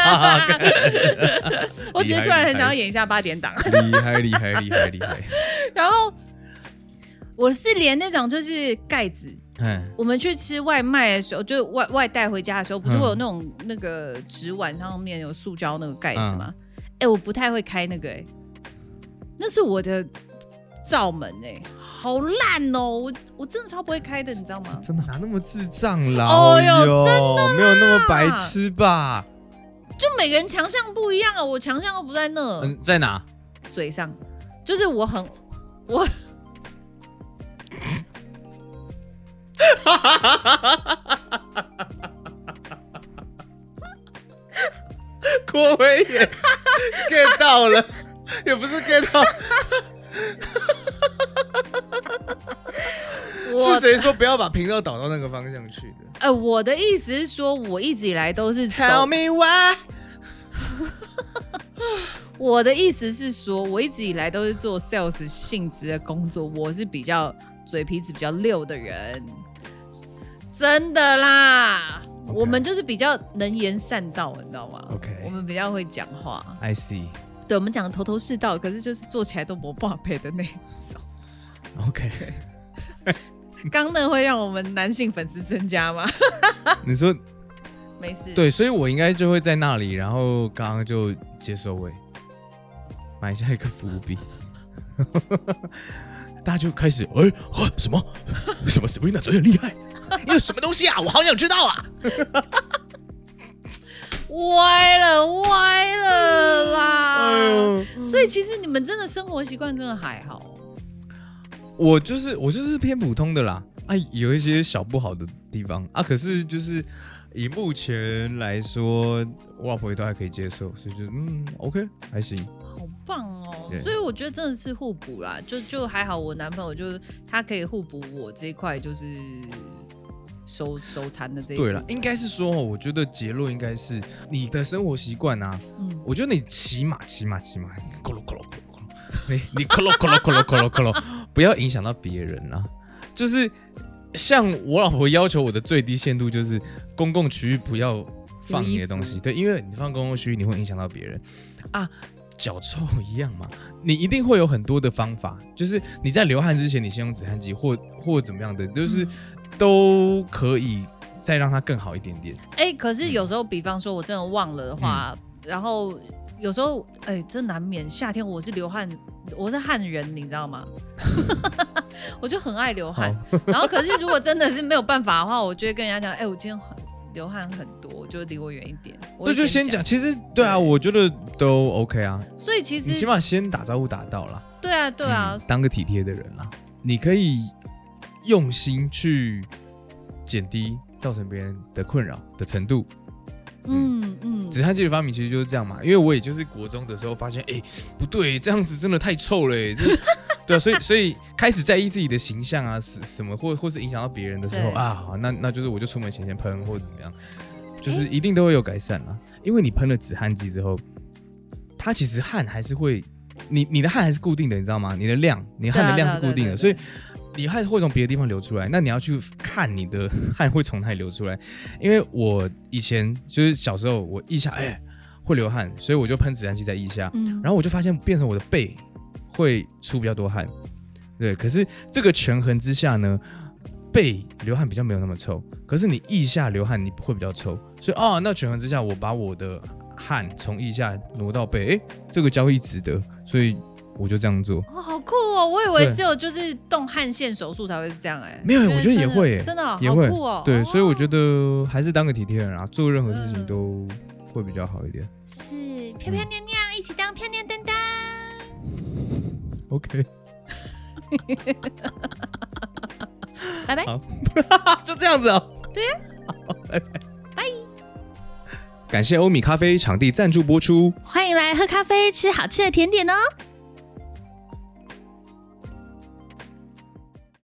Speaker 1: 我只是突然很
Speaker 3: 厉害
Speaker 1: 想要演一下八点档。
Speaker 3: 厉害厉害厉害厉害！
Speaker 1: 然后我是连那种就是盖子，
Speaker 3: 嗯，
Speaker 1: 我们去吃外卖的时候，就是外外带回家的时候，不
Speaker 3: 嗯
Speaker 1: 是会有那种、那个纸碗上面有塑胶那个盖子吗？
Speaker 3: 嗯
Speaker 1: 哎、我不太会开那个、哎，那是我的罩门哎、好烂哦、我我真的超不会开的，你知道吗？
Speaker 3: 真的哪那么智障啦？
Speaker 1: 哦
Speaker 3: 哎
Speaker 1: 哟
Speaker 3: 呦
Speaker 1: 真
Speaker 3: 没有那么白痴吧？
Speaker 1: 就每个人强项不一样啊，我强项又不在那、
Speaker 3: 嗯，在哪？
Speaker 1: 嘴上，就是我很我。
Speaker 3: 郭伟也 get 到了，也不是 get 到，
Speaker 1: 我
Speaker 3: 是谁说不要把频道导到那个方向去的
Speaker 1: 呃，我的意思是说，我一直以来都是走
Speaker 3: ？Tell me why？
Speaker 1: 我的意思是说，我一直以来都是做 sales 性质的工作，我是比较嘴皮子比较溜的人，真的啦。
Speaker 3: OK
Speaker 1: 我们就是比较能言善道，你知道吗
Speaker 3: OK
Speaker 1: 我们比较会讲话，
Speaker 3: I see。
Speaker 1: 对我们讲的头头是道，可是就是做起来都不怕配的那 种。
Speaker 3: OK，
Speaker 1: 刚那会让我们男性粉丝增加吗？
Speaker 3: 你说
Speaker 1: 没事，，
Speaker 3: 对，所以我应该就会在那里，然后刚刚就接收尾，埋下一个伏笔。
Speaker 7: 大家就开始哎、啊什么什么 Sabrina 嘴很厉害，因为什么东西啊？我好想知道啊！
Speaker 1: 歪了歪了啦。
Speaker 3: 哎呦，
Speaker 1: 所以其实你们真的生活习惯真的还好哦。
Speaker 3: 我就是我就是偏普通的啦，啊，有一些小不好的地方啊，可是就是以目前来说，我老婆也都还可以接受，所以就嗯，OK，还行。
Speaker 1: 好棒哦
Speaker 3: 对！
Speaker 1: 所以我觉得真的是互补啦，就就还好，我男朋友就是他可以互补我这一块，就是手手残的这一
Speaker 3: 对
Speaker 1: 了
Speaker 3: 了，，应该是说哦，我觉得结论应该是你的生活习惯啊，
Speaker 1: 嗯，
Speaker 3: 我觉得你起码起码起码，咕噜咕噜咕噜咕噜，你你咕噜咕噜咕噜咕噜咕噜，不要影响到别人啦。就是像我老婆要求我的最低限度就是公共区域不要放你的东
Speaker 1: 有衣
Speaker 3: 西，对，因为你放公共区域你会影响到别人啊。脚臭一样嘛，你一定会有很多的方法，就是你在流汗之前，你先用止汗剂或或怎么样的，就是都可以再让它更好一点点。
Speaker 1: 哎、可是有时候，比方说我真的忘了的话，
Speaker 3: 嗯
Speaker 1: 然后有时候，哎、这难免夏天我是流汗，我是汗人，你知道吗？ 我就很爱流汗， 然后可是如果真的是没有办法的话，我就会跟人家讲，哎、我今天很流汗很多，就离我远一点。我
Speaker 3: 对，
Speaker 1: 会
Speaker 3: 就先讲，
Speaker 1: 讲，
Speaker 3: 其实对啊，
Speaker 1: 对
Speaker 3: 我觉得都 OK 啊，
Speaker 1: 所以其
Speaker 3: 你起
Speaker 1: 实
Speaker 3: 码先打招呼打到啦，
Speaker 1: 对啊，对啊，
Speaker 3: 嗯当个体贴的人啦，你可以用心去减低造成别人的困扰的程度。
Speaker 1: 嗯嗯，
Speaker 3: 止汗剂的发明其实就是这样嘛，因为我也就是国中的时候发现，哎、不对，这样子真的太臭了、哎 这对啊，所以所以开始在意自己的形象啊，是什么或或是影响到别人的时候
Speaker 1: 对
Speaker 3: 啊，好那那就是我就出门前先喷或者怎么样，就是一定都会有改善啦。因为你喷了止汗剂之后，它其实汗还是会，你你的汗还是固定的，你知道吗？你的量，你汗的量是固定
Speaker 1: 对
Speaker 3: 的，
Speaker 1: 啊对啊对啊
Speaker 3: 所以你汗会从别的地方流出来，那你要去看你的汗会从哪里流出来。因为我以前就是小时候我腋下哎、会流汗，所以我就喷止汗剂在腋下，
Speaker 1: 嗯
Speaker 3: 然后我就发现变成我的背会出比较多汗，对。可是这个权衡之下呢，背流汗比较没有那么臭，可是你腋下流汗你会比较臭，所以哦，那权衡之下，我把我的汗从腋下挪到背，诶，这个交易值得，所以我就这样做。
Speaker 1: 哦，好酷哦！我以为
Speaker 3: 对
Speaker 1: 只有就是动汗腺手术才会这样哎、
Speaker 3: 没有
Speaker 1: 因为
Speaker 3: 我觉得也
Speaker 1: 真的
Speaker 3: 会哎
Speaker 1: 真的哦、
Speaker 3: 也
Speaker 1: 好
Speaker 3: 会
Speaker 1: 酷哦。
Speaker 3: 对，
Speaker 1: 哦
Speaker 3: 所以我觉得还是当个体贴人啊，做任何事情
Speaker 1: 嗯
Speaker 3: 都会比较好一点。
Speaker 1: 是漂漂亮亮，一起当漂亮担当。
Speaker 3: OK，
Speaker 1: 拜拜。
Speaker 3: 就这样子哦。对呀、拜拜，拜。感谢欧米咖啡场地赞助播出。
Speaker 2: 欢迎来喝咖啡，吃好吃的甜点哦。